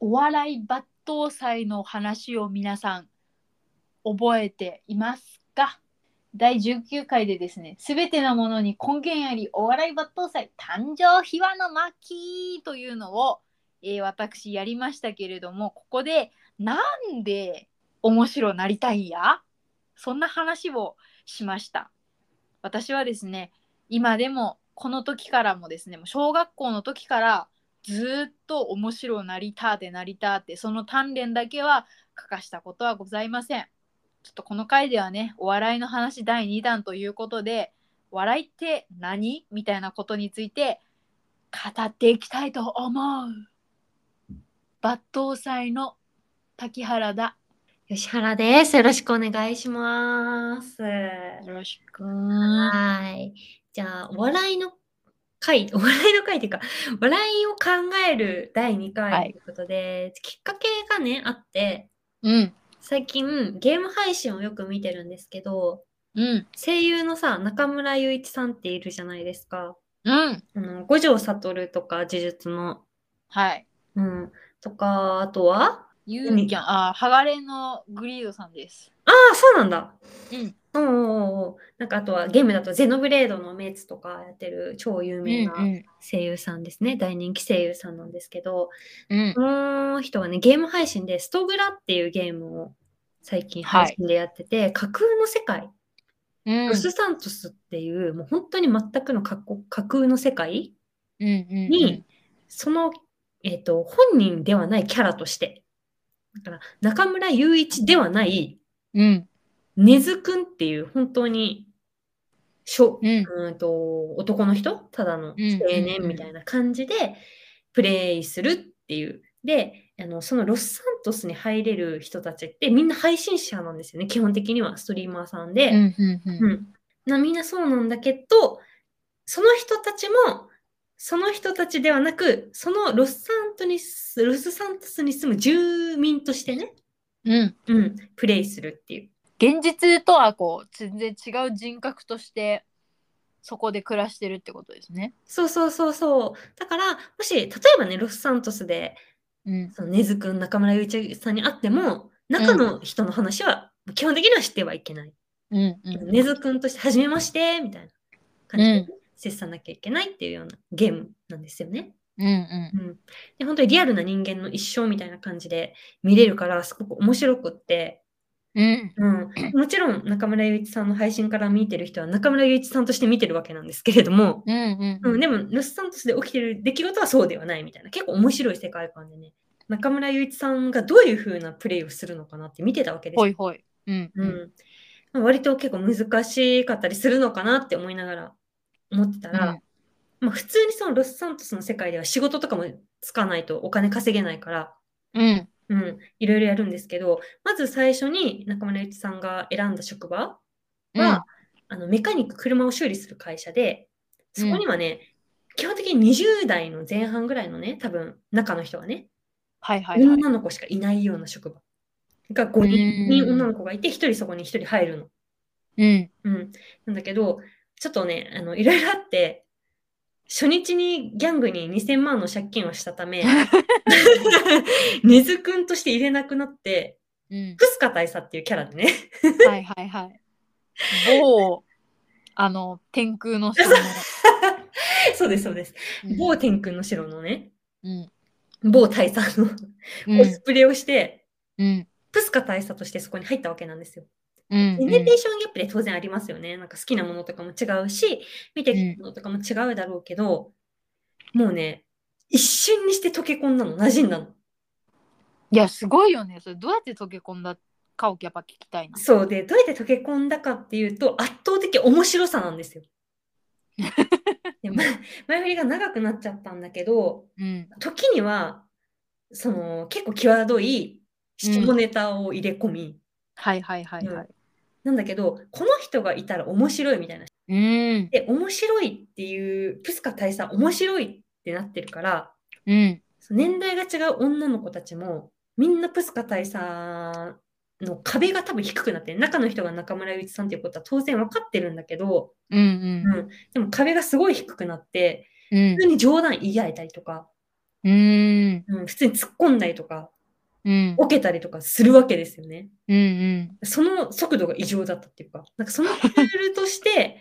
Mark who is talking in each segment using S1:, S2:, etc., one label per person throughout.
S1: お笑い抜刀祭の話を皆さん覚えていますか第19回でですね「すべてのものに根源ありお笑い抜刀祭誕生秘話の巻」というのを、えー私やりましたけれどもここでなんで面白なりたいんやそんな話をしました。私はですね今でもこの時からもですねもう小学校の時からずーっと面白なりたーてなりたーってその鍛錬だけは欠かしたことはございませんちょっとこの回ではねお笑いの話第2弾ということで笑いって何みたいなことについて語っていきたいと思う抜刀祭の滝原だ
S2: 吉原です。よろしくお願いします。は
S1: よろしく
S2: い。じゃあ、お笑いの回、お笑いの回というか、笑いを考える第2
S1: はい
S2: 回ということで、きっかけがね、あって、
S1: うん
S2: 最近ゲーム配信をよく見てるんですけど、
S1: うん
S2: 声優のさ、中村雄一さんっているじゃないですか。
S1: うん
S2: あの五条悟とか、呪術の。
S1: はい
S2: うん。とか、あとは
S1: ゆうきゃんあーハガレンのグリードさんです
S2: ああ、そうなんだ。
S1: うん
S2: おうおうおうなんかあとはゲームだとゼノブレードのメイツとかやってる超有名
S1: うんう
S2: なん声優さんですね、大人気声優さんなんですけど
S1: うん
S2: この人はねゲーム配信でストグラっていうゲームを最近
S1: はい
S2: 配信でやってて、架空の世界
S1: うん
S2: ロスサントスっていうもう本当に全くの架空架空の世界
S1: うんうん
S2: にその、えっと本人ではないキャラとしてだから中村雄一ではない
S1: うん
S2: 根津くんっていう本当にしょ
S1: うん
S2: うーんと男の人ただの青年みたいな感じでプレイするっていう。であのそのロスサントスに入れる人たちってみんな配信者なんですよね基本的にはストリーマーさんで、
S1: うんうんうん
S2: うんなみんなそうなんだけどその人たちもその人たちではなくそのロスサントにロスサントスに住む住民としてね、
S1: うん
S2: うん、プレイするっていう。
S1: 現実とはこう全然違う人格としてそこで暮らしてるってことですね。
S2: そうそうそうそう。だから、もし、例えばね、ロスサントスで、
S1: うん、
S2: その根津くん、中村雄一さんに会っても、中の人の話は、基本的には知ってはいけない。
S1: うん、うん、
S2: 根津くんとして、はじめまして、みたいな感じで、接さなきゃいけないっていうようなゲームなんですよね。
S1: うん、うん、
S2: うん。で、本当にリアルな人間の一生みたいな感じで見れるから、すごく面白くって、
S1: うん、
S2: うん。もちろん、中村雄一さんの配信から見てる人は、中村雄一さんとして見てるわけなんですけれども、
S1: うん、
S2: うん、でも、ロスサントスで起きてる出来事はそうではないみたいな、結構面白い世界観でね、中村雄一さんがどういう風なプレイをするのかなって見てたわけです
S1: ほ
S2: よ。
S1: いほい。うん、
S2: う
S1: うん、
S2: ん、まあ割と結構難しかったりするのかなって思いながら思ってたら、まあ、普通にそのロスサントスの世界では仕事とかもつかないとお金稼げないから、
S1: うん、
S2: うん、いろいろやるんですけど、まず最初に中村雄一さんが選んだ職場は、
S1: うん
S2: あのメカニック車を修理する会社でそこ
S1: うん
S2: にはね、基本的に20代の前半ぐらいのね多分中の人はね、
S1: はいはいはい。
S2: 女の子しかいないような職場が5人
S1: うん
S2: 女の子がいて1人そこに1人入るの、
S1: うん、
S2: うん、なんだけどちょっとねあのいろいろあって初日にギャングに2000万の借金をしたため 根津くんとして入れなくなって
S1: うん、
S2: クスカ大佐っていうキャラでね
S1: はいはいはい。某、あの、天空の人の。
S2: そうですそうです、
S1: うん
S2: 某天君の城のね
S1: うん、
S2: 某大佐の
S1: う
S2: コ
S1: ん
S2: ス、プレをして、
S1: うん、
S2: プスカ大佐としてそこに入ったわけなんですよ。
S1: うん、
S2: ジェネレーションギャップで当然ありますよね。なんか好きなものとかも違うし、見てるものとかも違うだろうけど、もうね、一瞬にして溶け込んだの、馴染んだの。
S1: いや、すごいよね。それどうやって溶け込んだかをやっぱ聞きたいな。
S2: そうで、どうやって溶け込んだかっていうと、圧倒的面白さなん ですよ。でま前振りが長くなっちゃったんだけど、
S1: うん、
S2: 時には、その結構際どい下ネタを入れ込み、
S1: はいはいはいはい。
S2: なんだけど、この人がいたら面白いみたいな。
S1: うん、
S2: で、面白いっていう、プスカ大佐、面白いってなってるから、
S1: うん、
S2: その年代が違う女の子たちも、みんなプスカ大佐の壁が多分低くなって中の人が中村祐一さんっていうことは当然分かってるんだけど、
S1: うんうん
S2: うん、でも壁がすごい低くなって
S1: うん
S2: 普通に冗談言い合えたりとか、
S1: うん
S2: うん、普通に突っ込んだりとか
S1: うん
S2: ボケたりとかするわけですよね。
S1: うん
S2: その速度が異常だったっていうかなんかそのツールとして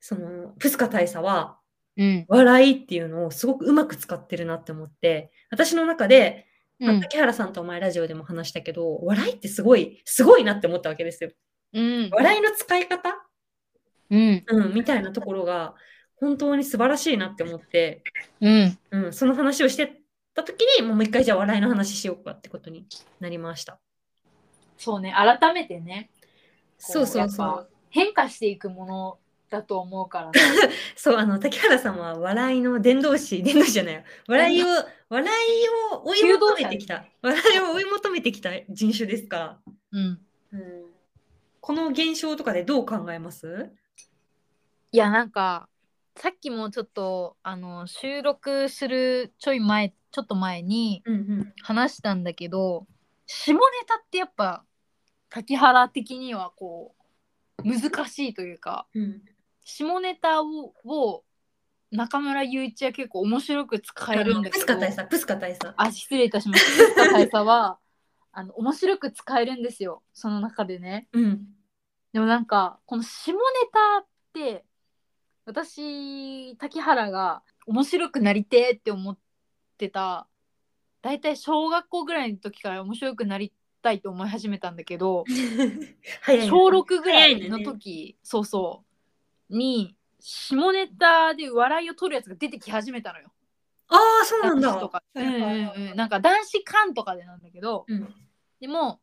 S2: そのプスカ大佐は
S1: うん
S2: 笑いっていうのをすごくうまく使ってるなって思って私の中で、
S1: う
S2: まあ
S1: ん
S2: 竹原さんとお前ラジオでも話したけど笑いってすごいすごいなって思ったわけですよ。
S1: うん
S2: 笑いの使い方
S1: うん
S2: うん、みたいなところが本当に素晴らしいなって思って、
S1: うん
S2: うん、その話をしてた時にもう一回じゃあ笑いの話しようかってことになりました。
S1: そうね改めてね
S2: そうそうそ
S1: やっ
S2: う。
S1: 変化していくものだと思うから
S2: そう、あの、竹原さんは笑いの伝道師、伝道師じゃないよ。笑いを、笑いを追い求めてきた。笑いを追い求めてきた人種ですから。
S1: うん
S2: うん、この現象とかでどう考えます
S1: いやなんかさっきもちょっとあの収録するちょい前ちょっと前に
S2: うんうん。
S1: 話したんだけど下ネタってやっぱ滝原的にはこう難しいというか
S2: うん、
S1: 下ネタをを中村雄一は結構面白く使えるんだ
S2: プス
S1: けど
S2: カ大佐、プスカ大佐。
S1: あ失礼いたしましたプスカ大佐は あの面白く使えるんですよその中でね。
S2: うん。
S1: でもなんかこの下ネタって私滝原が面白くなりてーって思ってた大体小学校ぐらいの時から面白くなりたいと思い始めたんだけど
S2: 早いな
S1: 小6ぐら
S2: 早
S1: い
S2: んだ
S1: の
S2: ね
S1: 時そうそうに下ネタで笑いを取るやつが出てき始めたのよ。
S2: ああ、そうなん
S1: 男子
S2: だ
S1: と。かうんうんうん、なんか男子間とかでなんだけど、
S2: うん
S1: でも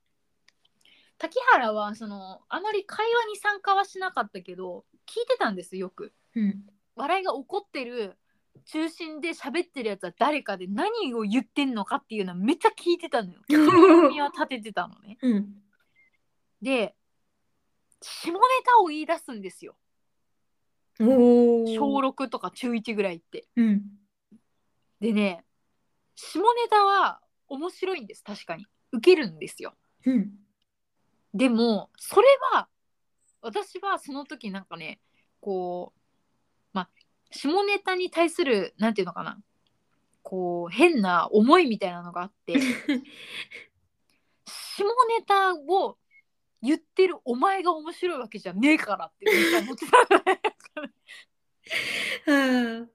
S1: 滝原はそのあまり会話に参加はしなかったけど聞いてたんですよよく。
S2: うん
S1: 笑いが起こってる中心で喋ってるやつは誰かで何を言ってんのかっていうのはめっちゃ聞いて たのよ。耳は立ててたのね。
S2: うん
S1: で下ネタを言い出すんですよ
S2: おー
S1: 小6とか中1ぐらいって。
S2: うん
S1: でね下ネタは面白いんです確かに。受けるんですよ。
S2: うん
S1: でもそれは私はその時なんかねこうまあ下ネタに対するなんていうのかなこう変な思いみたいなのがあって下ネタを言ってるお前が面白いわけじゃねえからって私は思ってた
S2: あ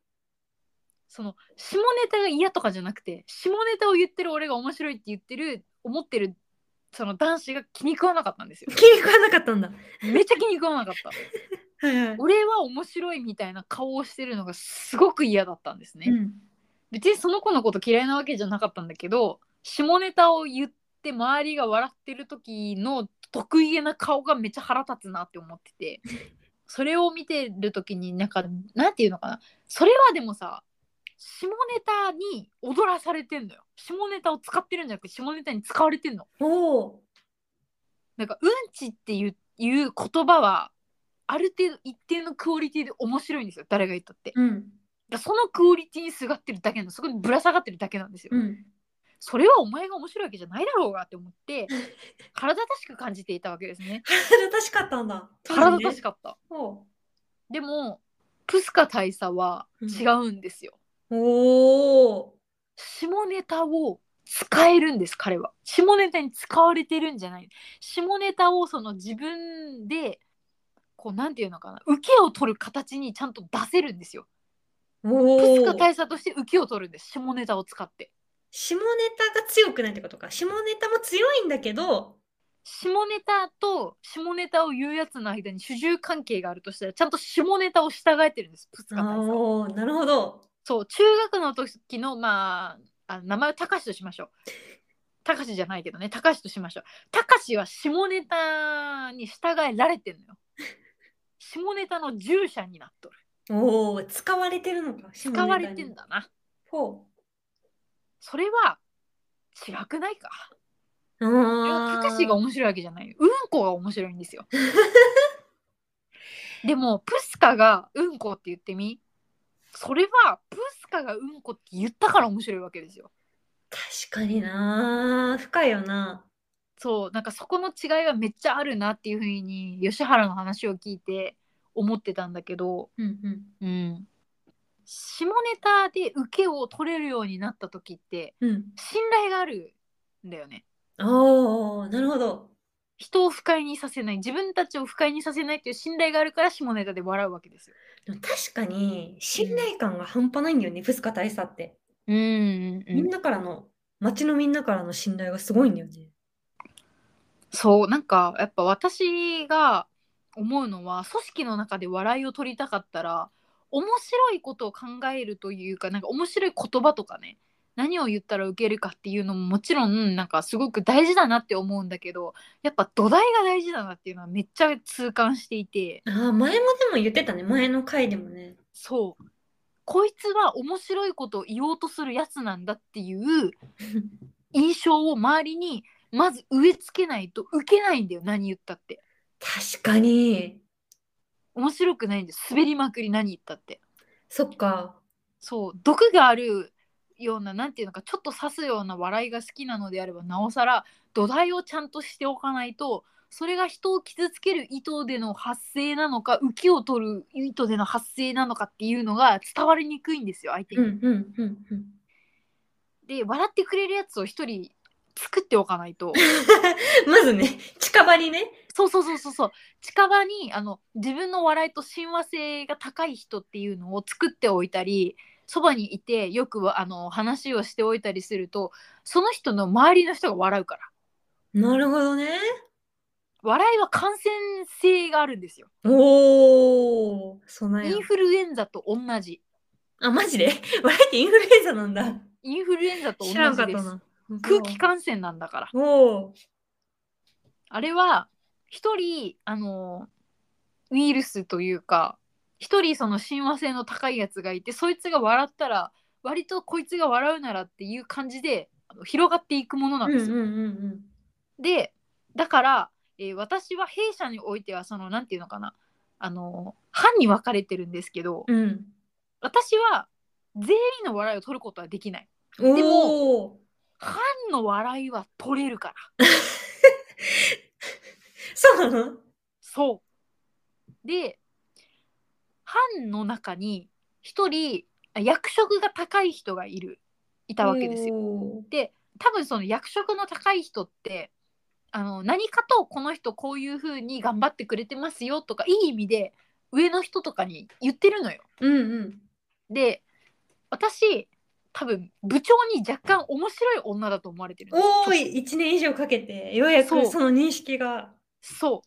S1: その下ネタが嫌とかじゃなくて下ネタを言ってる俺が面白いって言ってる思ってるその男子が気に食わなかったんで すよ
S2: ー。気に食わなかったんだ。
S1: めっちゃ気に食わなかった。
S2: はいはい
S1: 俺は面白いみたいな顔をしてるのがすごく嫌だったんですね、
S2: うん
S1: 別にその子のこと嫌いなわけじゃなかったんだけど下ネタを言って周りが笑ってる時の得意げな顔がめっちゃ腹立つなって思っててそれを見てる時になんかなんていうのかなそれはでもさ下ネタに踊らされてんのよ下ネタを使ってるんじゃなくて下ネタに使われてんの
S2: おお。
S1: なんか「うんち」っていういう言葉はある程度一定のクオリティで面白いんですよ誰が言ったって。
S2: うん
S1: だそのクオリティにすがってるだけなのそこにぶら下がってるだけなんですよ。
S2: うん
S1: それはお前が面白いわけじゃないだろうがって 思って体立しく感じていたわけですね。
S2: 体確かったんだ。
S1: 体立し
S2: か。
S1: かった。
S2: お
S1: でもプスカ大佐は違うんですよ。
S2: お。
S1: 下ネタを使えるんです彼は下ネタに使われてるんじゃない下ネタをその自分でこうなんていうのかな受けを取る形にちゃんと出せるんですよ
S2: お
S1: プスカ
S2: ー
S1: 大佐として受けを取るんです下ネタを使って
S2: 下ネタが強くないってことか。下ネタも強いんだけど。
S1: 下ネタと下ネタを言うやつの間に主従関係があるとしたらちゃんと下ネタを従えてるんですプスカ大佐は
S2: おお、なるほど。
S1: そう中学の時のまああ名前を高志としましょう高志じゃないけどね高志としましょう高志は下ネタに従えられてんのよ下ネタの従者になっとる
S2: おお、使われてるのか。使
S1: 使われてん。だな
S2: ほ
S1: それは違くないか
S2: う。
S1: それ
S2: あ
S1: は
S2: あ。
S1: 高志が。面白いわけじゃないうんこが面白いんですよ でもプスカがうんこって言ってみそれはプスカがうんこって言ったから面白いわけですよ
S2: 確かにな。深いよな。
S1: そうなんかそこの違いはめっちゃあるなっていうふうに吉原の話を聞いて思ってたんだけど、
S2: うんうん
S1: うん、下ネタで受けを取れるようになった時って
S2: うん、
S1: 信頼があるんだよね。
S2: ああなるほど。
S1: 人を不快にさせない自分たちを不快にさせないっていう信頼があるから下ネタで笑うわけですよ。
S2: でも確かに信頼感が半端ないんだよね、ブスカ大佐って。
S1: うん
S2: みんなからの、町のみんなからの信頼がすごいんだよね。
S1: そうなんかやっぱ私が思うのは組織の中で笑いを取りたかったら面白いことを考えるというかなんか面白い言葉とかね何を言ったらウケるかっていうのももちろんなんかすごく大事だなって思うんだけどやっぱ土台が大事だなっていうのはめっちゃ痛感していて
S2: ああ、前もでも言ってたね、前の回でも ね。
S1: そうこいつは面白いことを言おうとするやつなんだっていう印象を周りにまず植え付けないとウケないんだよ何言ったって。
S2: 確かに。
S1: 面白くないんです滑りまくり何言ったって
S2: そっか。
S1: そう毒があるようななんていうのかちょっと刺すような笑いが好きなのであればなおさら土台をちゃんとしておかないとそれが人を傷つける意図での発生なのか受けを取る意図での発生なのかっていうのが伝わりにくいんですよ相手に。
S2: うんうんうんうん。
S1: で笑ってくれるやつを一人作っておかないと
S2: まずね、近場にね。
S1: そうそうそうそうそう近場にあの自分の笑いと親和性が高い人っていうのを作っておいたりそばにいてよくはあの話をしておいたりするとその人の周りの人が笑うから
S2: なるほどね。
S1: 笑いは感染性があるんですよ
S2: おお、そんなや
S1: イン。フルエンザと同じ
S2: あ、マジで 笑いってインフルエンザなんだ。
S1: インフルエンザと 同
S2: 知らんかっ
S1: じで
S2: た
S1: す
S2: な。
S1: 空気。感染なんだから
S2: おお。
S1: あれは一人あのウイルスというか一人その親和性の高いやつがいてそいつが笑ったら割とこいつが笑うならっていう感じであの広がっていくものな
S2: うん
S1: ん
S2: う
S1: で
S2: ん
S1: す
S2: う
S1: よ。
S2: んうん。
S1: でだから、えー私は弊社においてはそのなんていうのかなあの班に分かれてるんですけど
S2: うん。
S1: 私は全員の笑いを取ることはできない。
S2: で
S1: も
S2: も、
S1: 班の笑いは取れるから。
S2: そうなの
S1: そう。で、班の中に一人あ役職が高い人がいるいたわけですよ。
S2: よ。
S1: 多分その役職の高い人ってあの何かとこの人こういう風に頑張ってくれてますよとかいい意味で上の人とかに言ってるのよ。
S2: うんうん。
S1: で私多分部長に若干面白い女だと思われてるんですよ
S2: おーい、1年以上かけて、ようや
S1: そう
S2: くその認識が。
S1: そ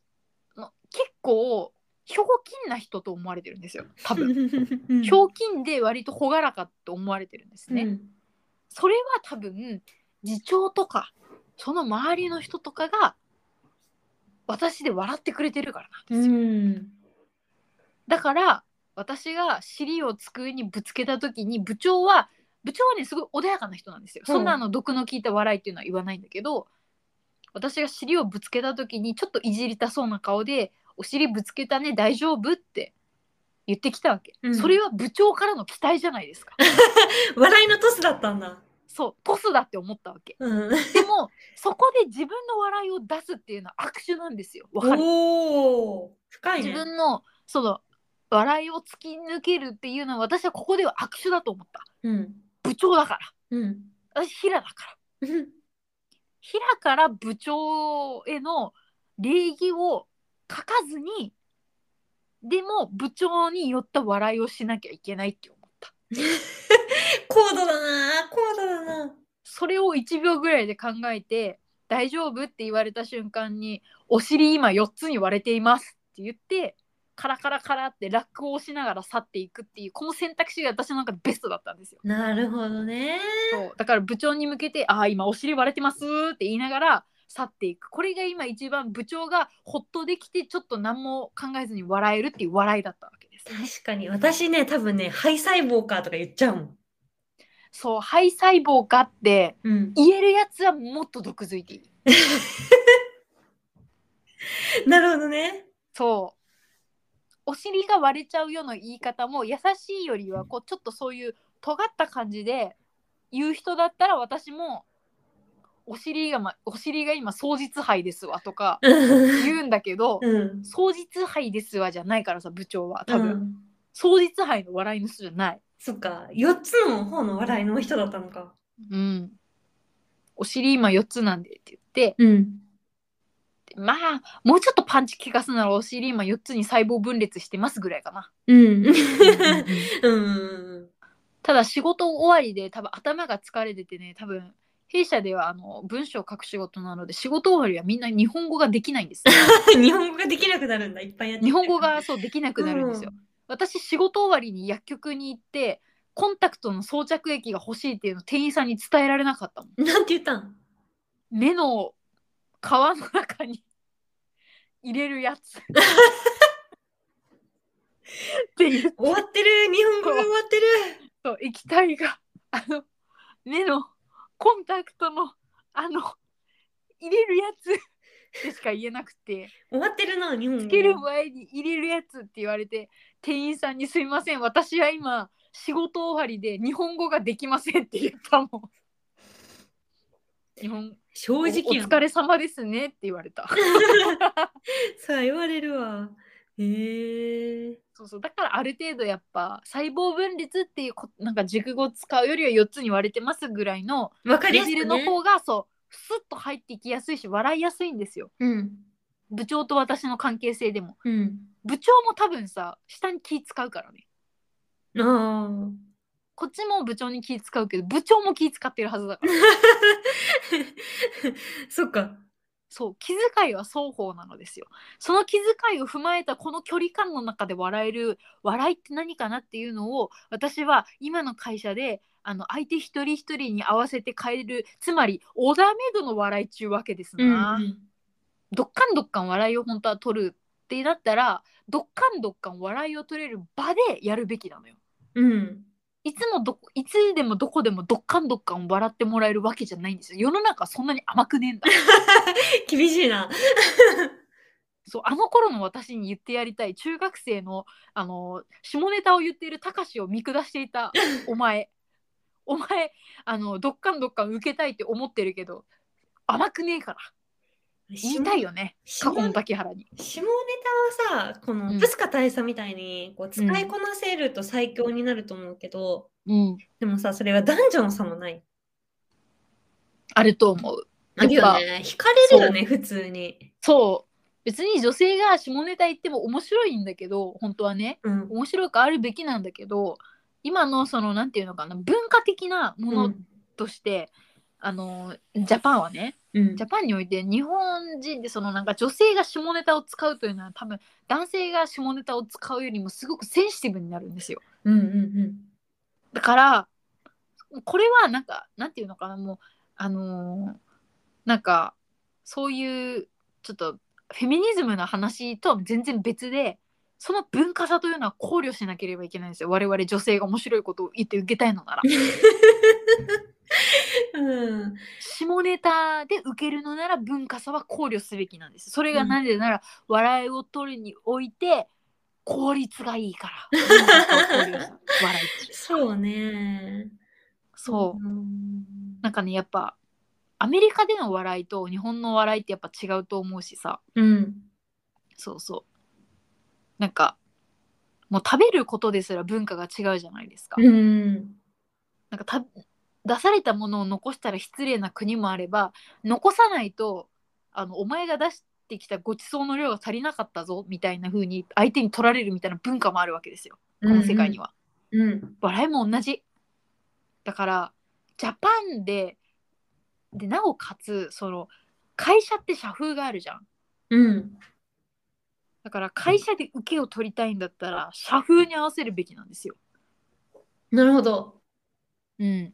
S1: うあの結構ひょうきんな人と思われてるんですよ多分。
S2: 分
S1: ひょうきんで割と朗らかって思われてるんですね。それは多分次長とかその周りの人とかが私で笑ってくれてるから
S2: う
S1: なんですよ。
S2: ん。
S1: だから私が尻を机にぶつけた時に部長は部長はねすごい穏やかな人なんですよ。
S2: うん
S1: そんなあの毒の効いた笑いっていうのは言わないんだけど私が尻をぶつけた時にちょっといじりたそうな顔で「お尻ぶつけたね大丈夫?」って言ってきたわけ、
S2: うん
S1: それは部長からの期待じゃないですか。
S2: 笑いのトスだったんだ。
S1: そうトスだって思ったわけ
S2: うん。
S1: で もそこで自分の笑いを出すっていうのは握手なんですよわかる
S2: おお、深い
S1: 自
S2: ね。
S1: 分のその笑いを突き抜けるっていうのは私はここでは握手だと思った
S2: うん。
S1: 部長だから
S2: うん。
S1: 私平だから 平から部長への礼儀を書かずにでも部長によった笑いをしなきゃいけないって思った
S2: 高度だなー、高度だな。
S1: それを1秒ぐらいで考えて「大丈夫?」って言われた瞬間に「お尻今4つに割れています」って言ってカラカラカラってラックを押しながら去っていくっていうこの選択肢が私の中でベストだったんですよ。
S2: なるほどね。
S1: そうだから部長に向けて「ああ今お尻割れてます」って言いながら去っていくこれが今一番部長がホッとできてちょっと何も考えずに笑えるっていう笑いだったわけです。
S2: 確かに、私ね、多分ね、肺細胞かとか言っちゃうもん。
S1: そう肺細胞があって
S2: うん。
S1: 言えるやつはもっと毒づいていい。
S2: なるほどね。
S1: そう。お尻が割れちゃうよの言い方も優しいよりはこうちょっとそういう尖った感じで言う人だったら私もお尻が、ま、お尻が今双日杯ですわとか
S2: うん
S1: 言うんだけど
S2: うん
S1: 双日杯ですわじゃないからさ部長は多
S2: う
S1: 分
S2: ん
S1: 双日杯の笑いの人じゃない、
S2: そっか4つの方の笑いの人だったのか
S1: うん、お尻今4つなんでって言って
S2: うん
S1: まあもうちょっとパンチ効かすならお尻今4つに細胞分裂してますぐらいかな
S2: うん うん
S1: ただ仕事終わりで多分頭が疲れててね多分弊社ではあの文章を書く仕事なので仕事終わりはみんな日本語ができないんです、
S2: 日本語ができなくなるんだいっぱいやって
S1: 日本語がそうできなくなるんですよ、
S2: う
S1: 私仕事終わりに薬局に行ってコンタクトの装着液が欲しいっていうのを店員さんに伝えられなかったもん
S2: んなんて言ったん
S1: 目の皮の中に入れるやつっていう
S2: 終わってる日本語が終わってる
S1: と液体が あの目のコンタクトのあの入れるやつ でしか言えなくて
S2: 終わってるな日本語
S1: つける前に入れるやつって言われて店員さんに「すいません私は今仕事終わりで日本語ができません」って言ったもん。日本
S2: 正
S1: おお
S2: 直やん
S1: 疲れ様ですねって言われた
S2: さあ言われるわへえ
S1: そうそうだからある程度やっぱ細胞分裂っていうこなんか熟語使うよりは4つに割れてますぐらいの
S2: わかり
S1: レ
S2: やす
S1: ベ
S2: い、
S1: ル
S2: ね、
S1: の方がそうスッと入っていきやすいし笑いやすいんですよ
S2: うん
S1: 部長と私の関係性でも
S2: うん
S1: 部長も多分さ下に気使うからね
S2: ああ
S1: こっちも部長に気使うけど部長も気使ってるはずだから
S2: そっか
S1: そう気遣いは双方なのですよその気遣いを踏まえたこの距離感の中で笑える笑いって何かなっていうのを私は今の会社であの相手一人一人に合わせて変えるつまりオーダーメイドの笑いっちゅうわけですな、どっかんどっかん笑いを本当は取るってなったらどっかんどっかん笑いを取れる場でやるべきなのよ。
S2: うんうん
S1: いつもどこいつでもどこでもどっかんどっかん笑ってもらえるわけじゃないんですよ。世の中そんなに甘くねえんだ。
S2: 厳しいな
S1: そうあの頃の私に言ってやりたい中学生のあの下ネタを言っているたかしを見下していたお前お前あのどっかんどっかん受けたいって思ってるけど甘くねえから言いたいよね過
S2: 下
S1: 去の竹原に。
S2: 下ネタはさこ
S1: う
S2: の
S1: ん
S2: ブスカ大佐みたいにこう使いこなせると最強になると思うけど、
S1: うん、
S2: でもさそれは男女の差もない
S1: あると思う。
S2: あるよね惹かれるよね普通に
S1: そう別に女性が下ネタ言っても面白いんだけど本当はね
S2: うん
S1: 面白くあるべきなんだけど今のそのなんていうのかな文化的なも
S2: う
S1: の
S2: ん
S1: として、あのジャパンはね
S2: うん
S1: ジャパンにおいて日本人でそのなんか女性が下ネタを使うというのは多分男性が下ネタを使うよりもすごくセンシティブになるんですよ
S2: うんうん
S1: だからこれはなんかなんていうのかなもうあのーなんかそういうちょっとフェミニズムの話とは全然別でその文化差というのは考慮しなければいけないんですよ我々女性が面白いことを言って受けたいのなら
S2: うんうん
S1: 下ネタで受けるのなら文化差は考慮すべきなんですそれがなぜなら、笑いを取るにおいて効率がいいから文化差を考慮する笑いっていう
S2: そうね
S1: そう
S2: うん
S1: なんかねやっぱアメリカでの笑いと日本の笑いってやっぱ違うと思うしさ
S2: うん
S1: そうそうなんかもう食べることですら文化が違うじゃないですか、
S2: うん
S1: なんかた出されたものを残したら失礼な国もあれば残さないとあのお前が出してきたごちそうの量が足りなかったぞみたいな風に相手に取られるみたいな文化もあるわけですよこの世界には、
S2: うん
S1: 笑いも同じだからジャパンででなおかつその会社って社風があるじゃん
S2: うん
S1: だから会社で受けを取りたいんだったら社風に合わせるべきなんですよ
S2: なるほど
S1: うん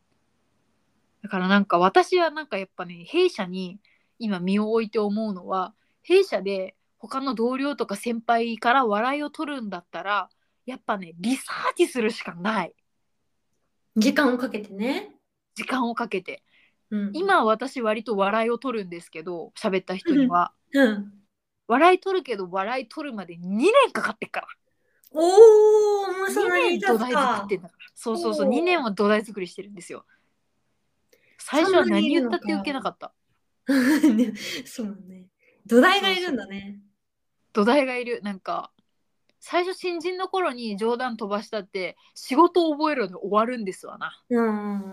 S1: だからなんか私はなんかやっぱね弊社に今身を置いて思うのは弊社で他の同僚とか先輩から笑いを取るんだったらやっぱねリサーチするしかない
S2: 時間をかけてね
S1: 時間をかけて
S2: うん
S1: 今私割と笑いを取るんですけど喋った人には
S2: うん
S1: 笑い取るけど笑い取るまで2年かかってっから
S2: おお、もうそ
S1: 2
S2: んなに
S1: 年
S2: 経
S1: 土
S2: つ
S1: 台作
S2: か
S1: って。んだからそうそうそう
S2: おー
S1: 2年は土台作りしてるんですよ最初は何言ったって受けなかった
S2: そうね。土台がいるんだね。
S1: 土台がいるなんか最初新人の頃に冗談飛ばしたって仕事を覚えるので終わるんですわな
S2: うん。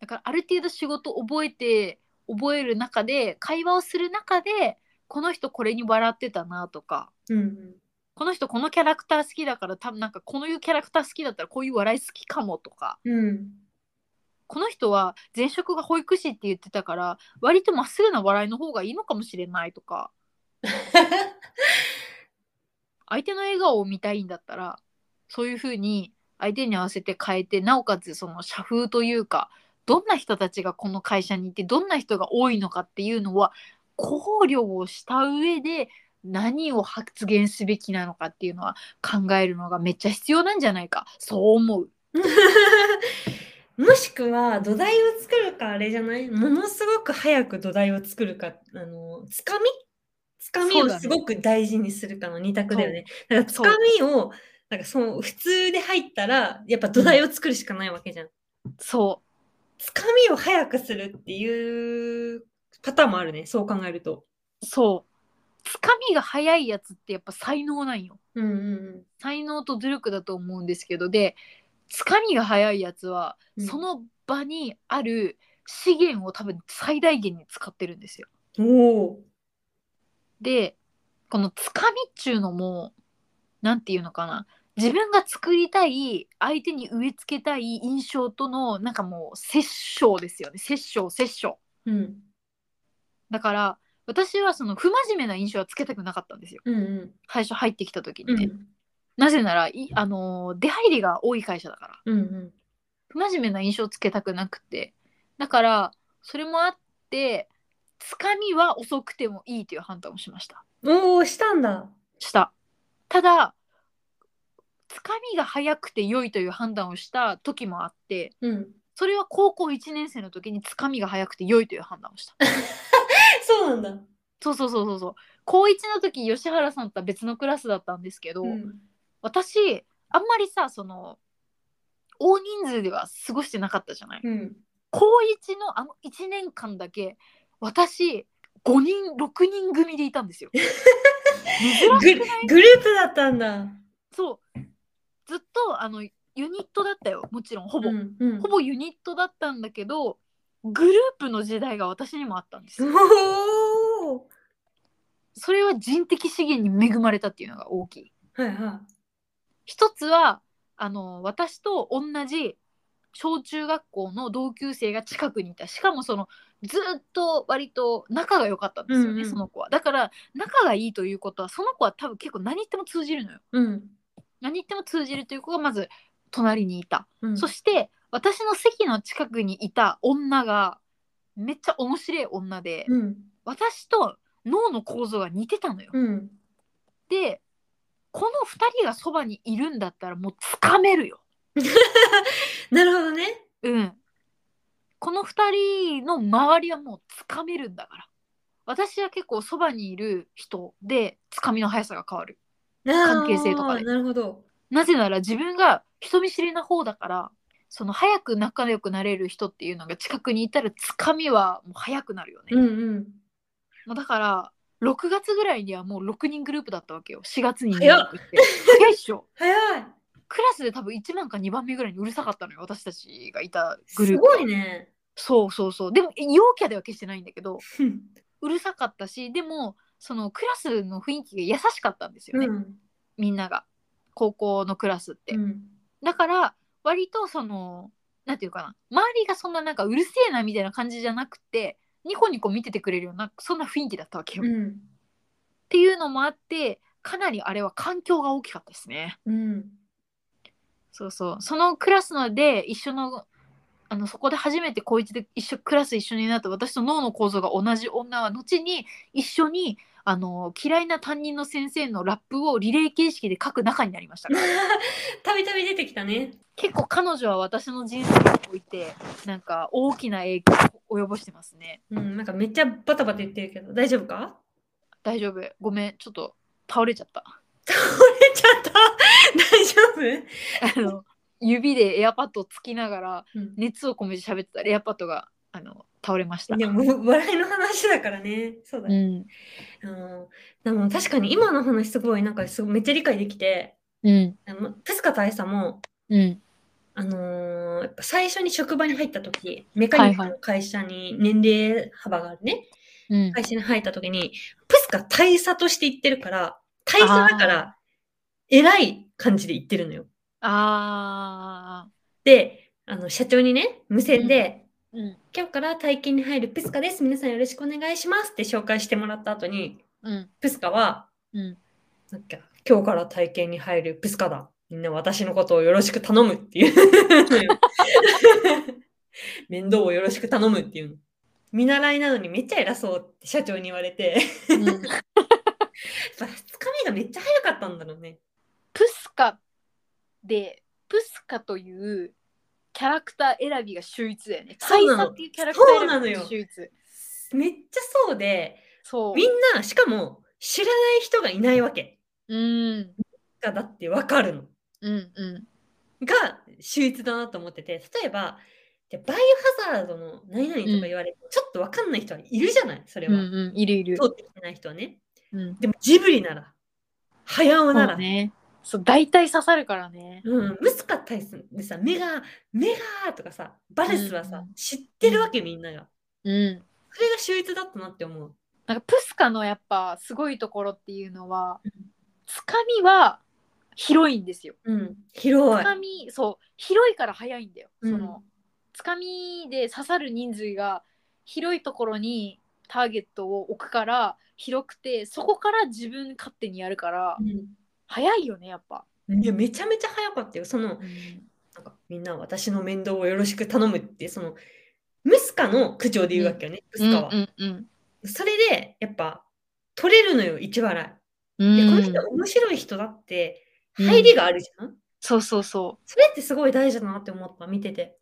S1: だからある程度仕事を覚えて覚える中で会話をする中でこの人これに笑ってたなとか
S2: うん。
S1: この人このキャラクター好きだから多分なんかこのいうキャラクター好きだったらこういう笑い好きかもとか
S2: うん。
S1: この人は前職が保育士って言ってたから割とまっすぐな笑いの方がいいのかもしれないとか相手の笑顔を見たいんだったらそういう風に相手に合わせて変えてなおかつその社風というかどんな人たちがこの会社にいてどんな人が多いのかっていうのは考慮をした上で何を発言すべきなのかっていうのは考えるのがめっちゃ必要なんじゃないかそう思う。
S2: もしくは土台を作るかあれじゃないものすごく早く土台を作るかあのつかみつかみ
S1: そう
S2: を
S1: だね
S2: すごく大事にするかの二択だよね。だからつ
S1: そう
S2: かみをなんかその普通で入ったらやっぱ土台を作るしかないわけじゃん。
S1: そ
S2: つかみを早くするっていうパターンもあるねそう考えると。
S1: うそうつかみが早いやつってやっぱ才能なんよ。
S2: うんうん
S1: 才能と努力だと思うんですけどでつかみが早いやつは、
S2: うん
S1: その場にある資源を多分最大限に使ってるんですよ。
S2: うん、おお。
S1: でこのつかみっちゅうのも何て言うのかな自分が作りたい相手に植え付けたい印象とのなんかもう殺生ですよね殺生殺生。
S2: うん
S1: だから私はその不真面目な印象はつけたくなかったんですよ
S2: うんうん
S1: 最初入ってきた時
S2: う
S1: にね。
S2: ん
S1: なぜならいあの出入りが多い会社だから。
S2: うん
S1: 不真面目な印象をつけたくなくてだからそれもあってつかみは遅くてもいいという判断をしました
S2: うん。おおしたんだ。
S1: したただつかみが早くて良いという判断をした時もあって
S2: うん。
S1: それは高校1年生の時につかみが早くて良いという判断をした
S2: そうなんだ。
S1: そうそうそうそうそう高1の時吉原さんとは別のクラスだったんですけど、
S2: うん
S1: 私あんまりさその大人数では過ごしてなかったじゃない
S2: うん。
S1: 高1のあの1年間だけ私5人6人組でいたん ですよ。
S2: グ
S1: 珍し
S2: ル
S1: くない
S2: グループだったんだ。
S1: そうずっとあのユニットだったよもちろんほぼ、
S2: うんうん
S1: ほぼユニットだったんだけどグループの時代が私にもあったんですよ。
S2: おお。
S1: それは人的資源に恵まれたっていうのが大きい。
S2: はいは
S1: 一つはあの私と同じ小中学校の同級生が近くにいたしかもそのずっと割と仲が良かったんですよね、
S2: うんうん
S1: その子はだから仲がいいということはその子は多分結構何言っても通じるのよ
S2: い。うん。
S1: 何言っても通じるという子がまず隣にいた、
S2: うん、
S1: そして私の席の近くにいた女がめっちゃ面白い女で、
S2: うん。
S1: 私と脳の構造が似てたのよ、
S2: うん。
S1: でこの2人がそばにいるんだったらもうつかめるよ
S2: なるほどね。
S1: うん。この2人の周りはもうつかめるんだから。私は結構そばにいる人でつかみの速さが変わる。関係性とかで
S2: あーなるほど。
S1: なぜなら自分が人見知りな方だから、その早く仲良くなれる人っていうのが近くにいたらつかみはもう早くなるよね。
S2: うんうん。
S1: もうだから6月ぐらいにはもう6人グループだったわけよ。4月に入
S2: 早っ
S1: 学して。早いっしょ。
S2: 早い。
S1: クラスで多分1番か2番目ぐらいにうるさかったのよ。私たちがいたグル
S2: す
S1: ープ
S2: ご
S1: は。
S2: いね。
S1: そうそうそう。でも陽キャでは決してないんだけど。うるさかったしでもそのクラスの雰囲気が優しかったんですよ
S2: う
S1: ね、
S2: ん。
S1: みんなが高校のクラスって、
S2: うん。
S1: だから割とそのなんていうかな周りがそんななんかうるせえなみたいな感じじゃなくてニコニコ見ててくれるようなそんな雰囲気だったわけよ、
S2: う
S1: っ
S2: ん。
S1: ていうのもあってかなりあれは環境が大きかったですね
S2: うん。
S1: そうそうそのクラスので一緒のあのそこで初めて高一で一緒クラス一緒になった私と脳の構造が同じ女は後に一緒にあの嫌いな担任の先生のラップをリレー形式で書く仲になりましたから
S2: たびたび出てきたね。
S1: 結構彼女は私の人生においてなんか大きな影響を及ぼしてますね
S2: うん。なんかめっちゃバタバタ言ってるけど、大丈夫か
S1: 大丈夫ごめんちょっと倒れちゃった
S2: 倒れちゃった。 大丈夫
S1: あの指でエアパッドをつきながら
S2: うん
S1: 熱を込めて喋ってたらエアパッドがあの倒れました。
S2: でも、笑いの話だからね。そうだ
S1: う
S2: ね。
S1: ん。
S2: あのでも確かに今の話すごい、なんかすごいめっちゃ理解できて、
S1: うん。
S2: あの手塚大佐も、
S1: うん。
S2: あのーやっぱ最初に職場に入った時メカニックの会社に年齢幅があるね、
S1: うん。
S2: 会社に入った時に、プスカ大佐として言ってるから、大佐だから、偉い感じで言ってるのよ。
S1: ああ。
S2: で、あの、社長にね、無線で、
S1: うん。
S2: 今日から体験に入るプスカです。皆さんよろしくお願いしますって紹介してもらった後に、
S1: うん。
S2: プスカは、
S1: うん。
S2: なんか今日から体験に入るプスカだ。みんな私のことをよろしく頼むっていう。面倒をよろしく頼むっていうの。見習いなのにめっちゃ偉そうって社長に言われて、
S1: うん、
S2: やっぱつかみがめっちゃ早かったんだろうね。
S1: プスカで、プスカというキャラクター選びが秀逸だよね。
S2: そうなの
S1: 大佐っていうキャラクター選びが秀逸。
S2: めっちゃそうで、
S1: そう。
S2: みんな、しかも知らない人がいないわけ。
S1: うん。
S2: がだってわかるの。
S1: うん。うん。
S2: が秀逸だなと思ってて、例えば、でバイオハザードの何々とか言われて、ちょっとわかんない人はいるじゃないそれ
S1: うん
S2: は。
S1: うん。いるいる。
S2: 通ってきてない人はね。
S1: うん。
S2: でもジブリなら、早尾な
S1: そ
S2: ら、
S1: うね。そう、大体刺さるからね。
S2: うん、ムスカ大佐でさ、メガ、メガーとかさ、バレスはさ、
S1: うんう
S2: 知ってるわけみんなが。
S1: うん。
S2: それが秀逸だったなって思う。
S1: なんかプスカのやっぱすごいところっていうのは
S2: うん
S1: つかみは広いんですよ。
S2: うん、
S1: つ
S2: 広
S1: か
S2: い。
S1: みそう広いから早いんだよ。
S2: うん
S1: そのつかみで刺さる人数が広いところにターゲットを置くから広くてそこから自分勝手にやるから早いよねやっぱ。
S2: うんいや、めちゃめちゃ早かったよ。その、なんかみんな私の面倒をよろしく頼むって、その、ムスカの口調で言うわけよね、ムスカは。
S1: うんうん
S2: それで、やっぱ、取れるのよ、一笑
S1: う
S2: い。で、こ
S1: ん。
S2: の
S1: うん
S2: 人、面白い人だって、
S1: うん
S2: 入りがあるじゃん。
S1: そうそうそう。
S2: それってすごい大事だなって思った、見てて。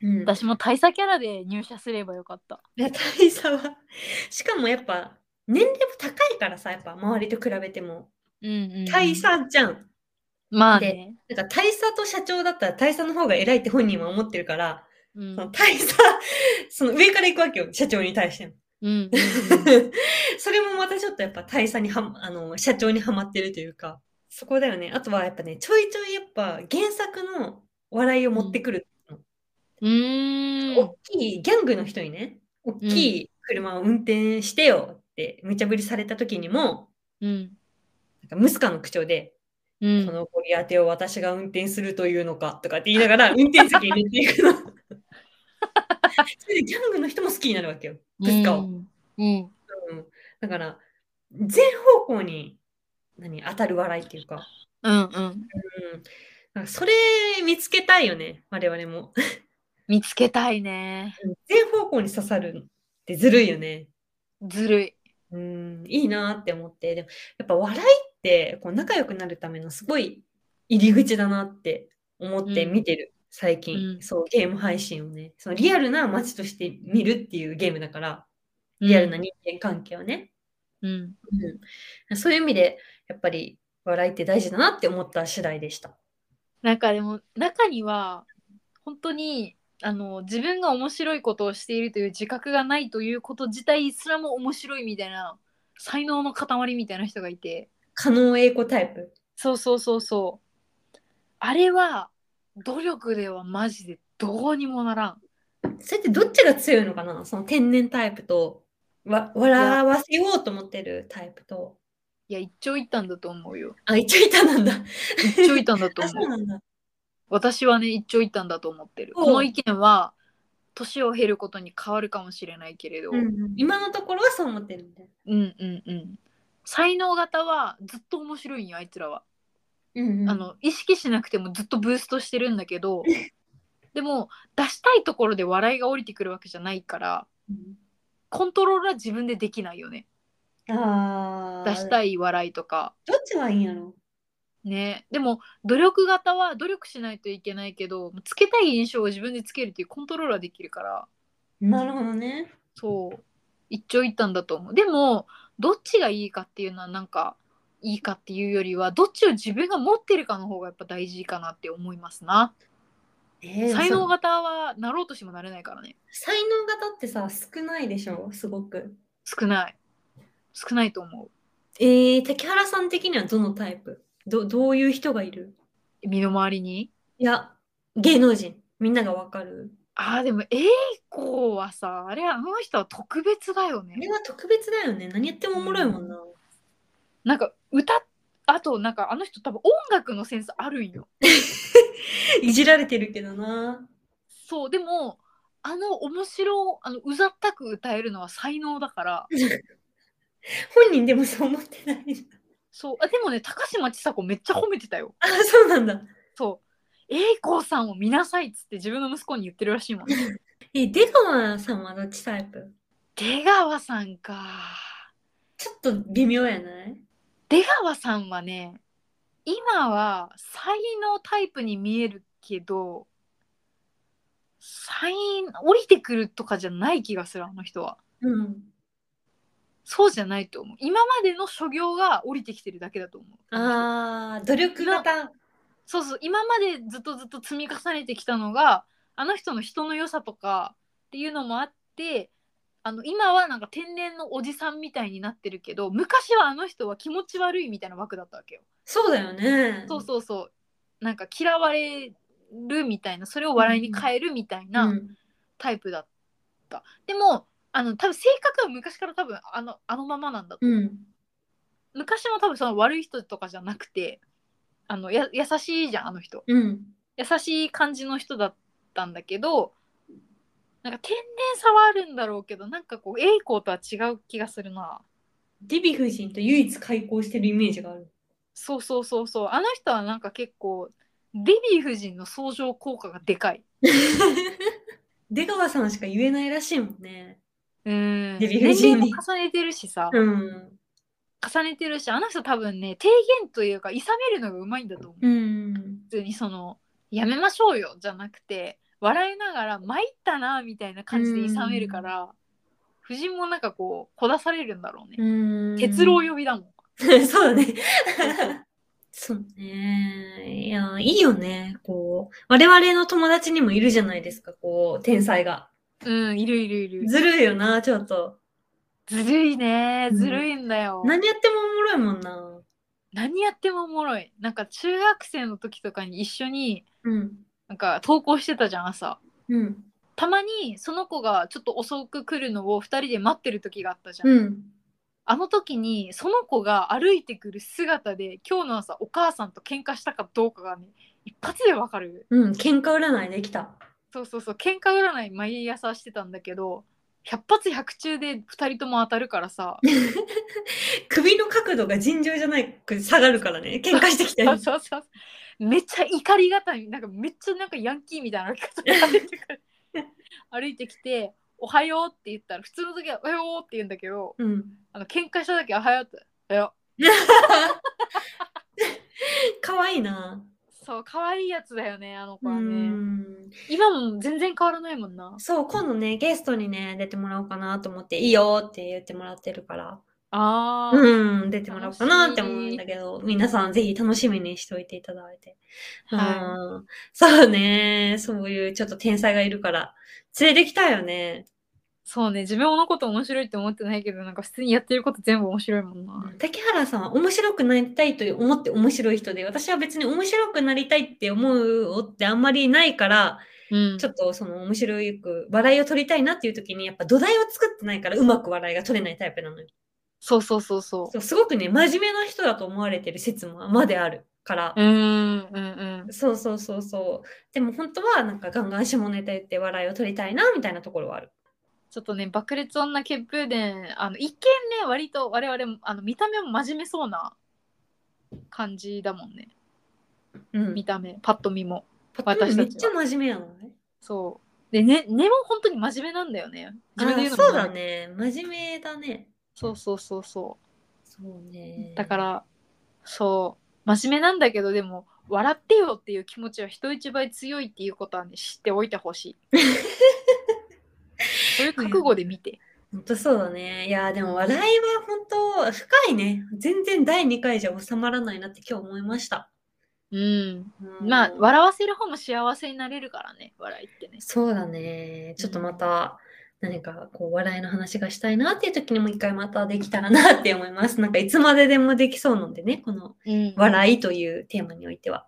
S2: うん、
S1: 私も大佐キャラで入社すればよかった。
S2: いや大差はしかもやっぱ年齢も高いからさやっぱ周りと比べても
S1: うんうんうん。
S2: 大差じゃん、
S1: まあね。
S2: なんか大差と社長だったら大差の方が偉いって本人は思ってるから、
S1: うんうん
S2: その大差その上から行くわけよ社長に対しても
S1: うんうん。
S2: それもまたちょっとやっぱ大差にはまあの社長にはまってるというかそこだよねあとはやっぱねちょいちょいやっぱ原作の笑いを持ってくる、
S1: う ーん。
S2: 大きいギャングの人にね大きい車を運転してよって無茶ぶりされた時にも、
S1: うん。
S2: なんかムスカの口調で、
S1: う
S2: こ
S1: ん。
S2: のゴリアテを私が運転するというのかとかって言いながら、運転席に入れていくの。 それでギャングの人も好きになるわけよ、ムスカを。
S1: うん。うん。
S2: うんだから、全方向に何当たる笑いっていうか、
S1: うんうん。
S2: うん、なんかそれ見つけたいよね、我々も。
S1: 見つけたいね。
S2: 全方向に刺さるってずるいよね。
S1: ずるい。
S2: うん、いいなって思って、でもやっぱ笑いってこう仲良くなるためのすごい入り口だなって思って見てる、最近、
S1: うん
S2: そう、ゲーム配信をね、そのリアルな街として見るっていうゲームだから、リアルな人間関係をね、
S1: うん。
S2: うん、そういう意味で、やっぱり笑いって大事だなって思った次第でした。
S1: なんかでも中には本当にあの自分が面白いことをしているという自覚がないということ自体すらも面白いみたいな才能の塊みたいな人がいて
S2: 加納英子タイプ。
S1: そうそうそうそうあれは努力ではマジでどうにもならん
S2: それってどっちが強いのかなその天然タイプと、わ笑わせようと思ってるタイプと、
S1: いや一長一短だと思うよ
S2: あ、一応いたなんだ。
S1: 一長一短だと
S2: あ、
S1: 思
S2: そううなんだ。
S1: 私はね一長一短だと思ってる
S2: おう
S1: この意見は年を経ることに変わるかもしれないけれど、
S2: うんうん今のところはそう思ってるみたい
S1: うんうんうん才能型はずっと面白いんよあいつらは、
S2: な。うん
S1: あの意識しなくてもずっとブーストしてるんだ けどでも出したいところで笑いが降りてくるわけじゃないからコントロールは自分でできないよね
S2: あ
S1: 出した
S2: い。
S1: い笑いとか
S2: どっちがいいんやろ
S1: ねでも努力型は努力しないといけないけどつけたい印象を自分でつけるっていうコントロールはできるから
S2: なるほどね。
S1: そう一長一短だと思うでもどっちがいいかっていうのはなんかいいかっていうよりはどっちを自分が持ってるかの方がやっぱ大事かなって思いますな
S2: えー
S1: 才能
S2: そう
S1: 型はなろうとしてもなれないからね
S2: 才能型ってさ少ないでしょすごく。
S1: 少ない少ないと思
S2: えー、竹原さん的にはどのタイプどどういう人がいる
S1: う身の回りに
S2: いや芸能人みんながわかる。
S1: あーでも A 子はさあれあの人は特別だよ
S2: あれ
S1: ね
S2: は特別だよね何やってもおもろいもんな。
S1: なんか歌あとなんかあの人多分音楽のセンスあるんよ
S2: いじられてるけどな。
S1: そうでもあの面白あのうざったく歌えるのは才能だから
S2: 本人でもそう思ってない。
S1: そうあでもね高嶋ちさ子めっちゃ褒めてたよ
S2: あそうなんだ。
S1: そう栄子さんを見なさいっつって自分の息子に言ってるらしいもんね
S2: え出川さんはどっちタイプ
S1: 出川さんか
S2: ちょっと微妙やない
S1: 出川さんはね今は才能タイプに見えるけど才降りてくるとかじゃない気がするあの人は
S2: うん。
S1: そうじゃないと思う今までの所業が降りてきてるだけだと思う
S2: ああ、努力型。
S1: そうそう今までずっとずっと積み重ねてきたのがあの人の人の良さとかっていうのもあってあの今はなんか天然のおじさんみたいになってるけど昔はあの人は気持ち悪いみたいな枠だったわけよ。
S2: そうだよね。
S1: そうそうそうなんか嫌われるみたいなそれを笑いに変えるみたいな。
S2: うん
S1: タイプだった。でもあの多分性格は昔から多分あのあのままなんだと
S2: うん。
S1: 昔も多分その悪い人とかじゃなくてあのや優しいじゃんあの人
S2: うん。
S1: 優しい感じの人だったんだけどなんか天然さはあるんだろうけどなんかこう栄光とは違う気がするな
S2: デヴィ夫人と唯一開口してるイメージ がある。
S1: そうそうそうそうあの人はなんか結構デヴィ夫人の相乗効果がでかい
S2: 出川さんしか言えないらしいもんね。
S1: うん
S2: デヴィ夫人
S1: 年
S2: に
S1: 齢も重ねてるしさ、
S2: うん。
S1: 重ねてるしあの人多分ね提言というかいさめるのがうまいんだと思う
S2: うん。
S1: 普通にその「やめましょうよ」じゃなくて笑いながら「参ったな」みたいな感じでいさめるから、夫人もなんかこうこだされるんだろうね、
S2: うん。
S1: 鉄郎呼びだもん
S2: そうだね。そうね。いや、いいよね。こう、我々の友達にもいるじゃないですか、こう、天才が。
S1: うんいるいるいる
S2: ずるいよな、ちょっと。
S1: ずるいねずるいんだよ、
S2: 何やってもおもろいもんな。
S1: 何やってもおもろいなんか中学生の時とかに一緒に
S2: うん。
S1: なんか投稿してたじゃん朝
S2: うん。
S1: たまにその子がちょっと遅く来るのを2人で待ってる時があったじゃん、
S2: うん。
S1: あの時にその子が歩いてくる姿で今日の朝お母さんと喧嘩したかどうかがね一発でわかる
S2: うん。喧嘩占いできた。
S1: そうそうそう喧嘩占い毎朝してたんだけど百発百中で2人とも当たるからさ
S2: 首の角度が尋常じゃないく下がるからね喧嘩してきて
S1: そうそうそうめっちゃ怒り方になんかめっちゃなんかヤンキーみたいな歩き方で歩いてくる歩いてきて「おはよう」って言ったら普通の時は「おはよう」って言うんだけど
S2: うん
S1: あの喧嘩した時は「おはよう」って「おはよう」
S2: 可愛いな、
S1: そう可愛いやつだよねあの子
S2: う
S1: はね
S2: ん
S1: 今も全然変わらないもんな
S2: そう今度ねゲストにね出てもらおうかなと思っていいよって言ってもらってるから
S1: ああ、
S2: うん出てもらおうかなって思うんだけど皆さんぜひ楽しみにしておいていただいて、
S1: は
S2: うんそうねそういうちょっと天才がいるから連れてきたいよね
S1: い。そうね、自分のこと面白いって思ってないけど、なんか普通にやってること全部面白いもんな。
S2: 竹原さんは面白くなりたいと思って面白い人で私は別に面白くなりたいって思うおってあんまりないから
S1: うん
S2: ちょっとその面白いく笑いを取りたいなっていう時にやっぱ土台を作ってないからうまく笑いが取れないタイプなのよ。
S1: そうそうそうそ
S2: そうすごくね真面目な人だと思われてる説もまであるから
S1: う。う。ーん、うん、うん。
S2: そうそうそうそう。でも本当はなんかガンガン下ネタ言って笑いを取りたいなみたいなところはある。
S1: ちょっとね、爆裂女血風伝、あの、一見ね、割と我々も、あの、見た目も真面目そうな感じだもんね。
S2: うん
S1: 見。た目、パッと見も。
S2: 私
S1: 私
S2: め
S1: た
S2: っ
S1: ち
S2: ちゃ
S1: は
S2: 真面目やない
S1: そう。で、ね、根も本当に真面目なんだよね。
S2: あ
S1: 自分で言う
S2: ー
S1: の
S2: そ
S1: も
S2: う
S1: なん
S2: だ
S1: だけど。
S2: ね。真面目だね。
S1: そうそうそうそ
S2: そう
S1: う。
S2: ね。
S1: だから、そう、真面目なんだけど、でも、笑ってよっていう気持ちは人一倍強いっていうことはね、知っておいてほしい。 そういう覚悟で見て。
S2: 本当そうだね。いやーでも笑いは本当深いね。全然第2回じゃ収まらないなって今日思いました。
S1: うん。
S2: うん
S1: まあ、笑わせる方も幸せになれるからね、笑いってね。
S2: そうだね。ちょっとまた何かこう笑いの話がしたいなっていう時にもう一回またできたらなって思います。なんかいつまででもできそうなのでね、この
S1: うん
S2: 笑いというテーマにおいては。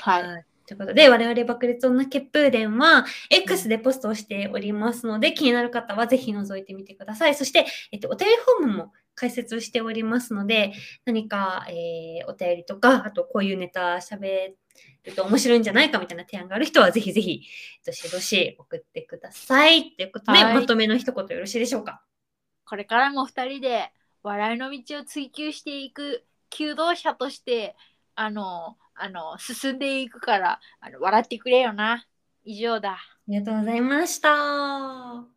S1: はい。
S2: ということで、我々爆裂女結風伝は X でポストをしておりますので、気になる方はぜひ覗いてみてください。そして、えっと、お便りフォームも解説しておりますので、何か、えーお便りとか、あとこういうネタ喋ると面白いんじゃないかみたいな提案がある人は、ぜひぜひ、どしどし送ってください。ということで、
S1: はい
S2: まとめの一言よろしいでしょうか。
S1: これからも二人で笑いの道を追求していく求道者として、あの、あの、進んでいくから、あの笑ってくれよな。以上だ。
S2: ありがとうございました。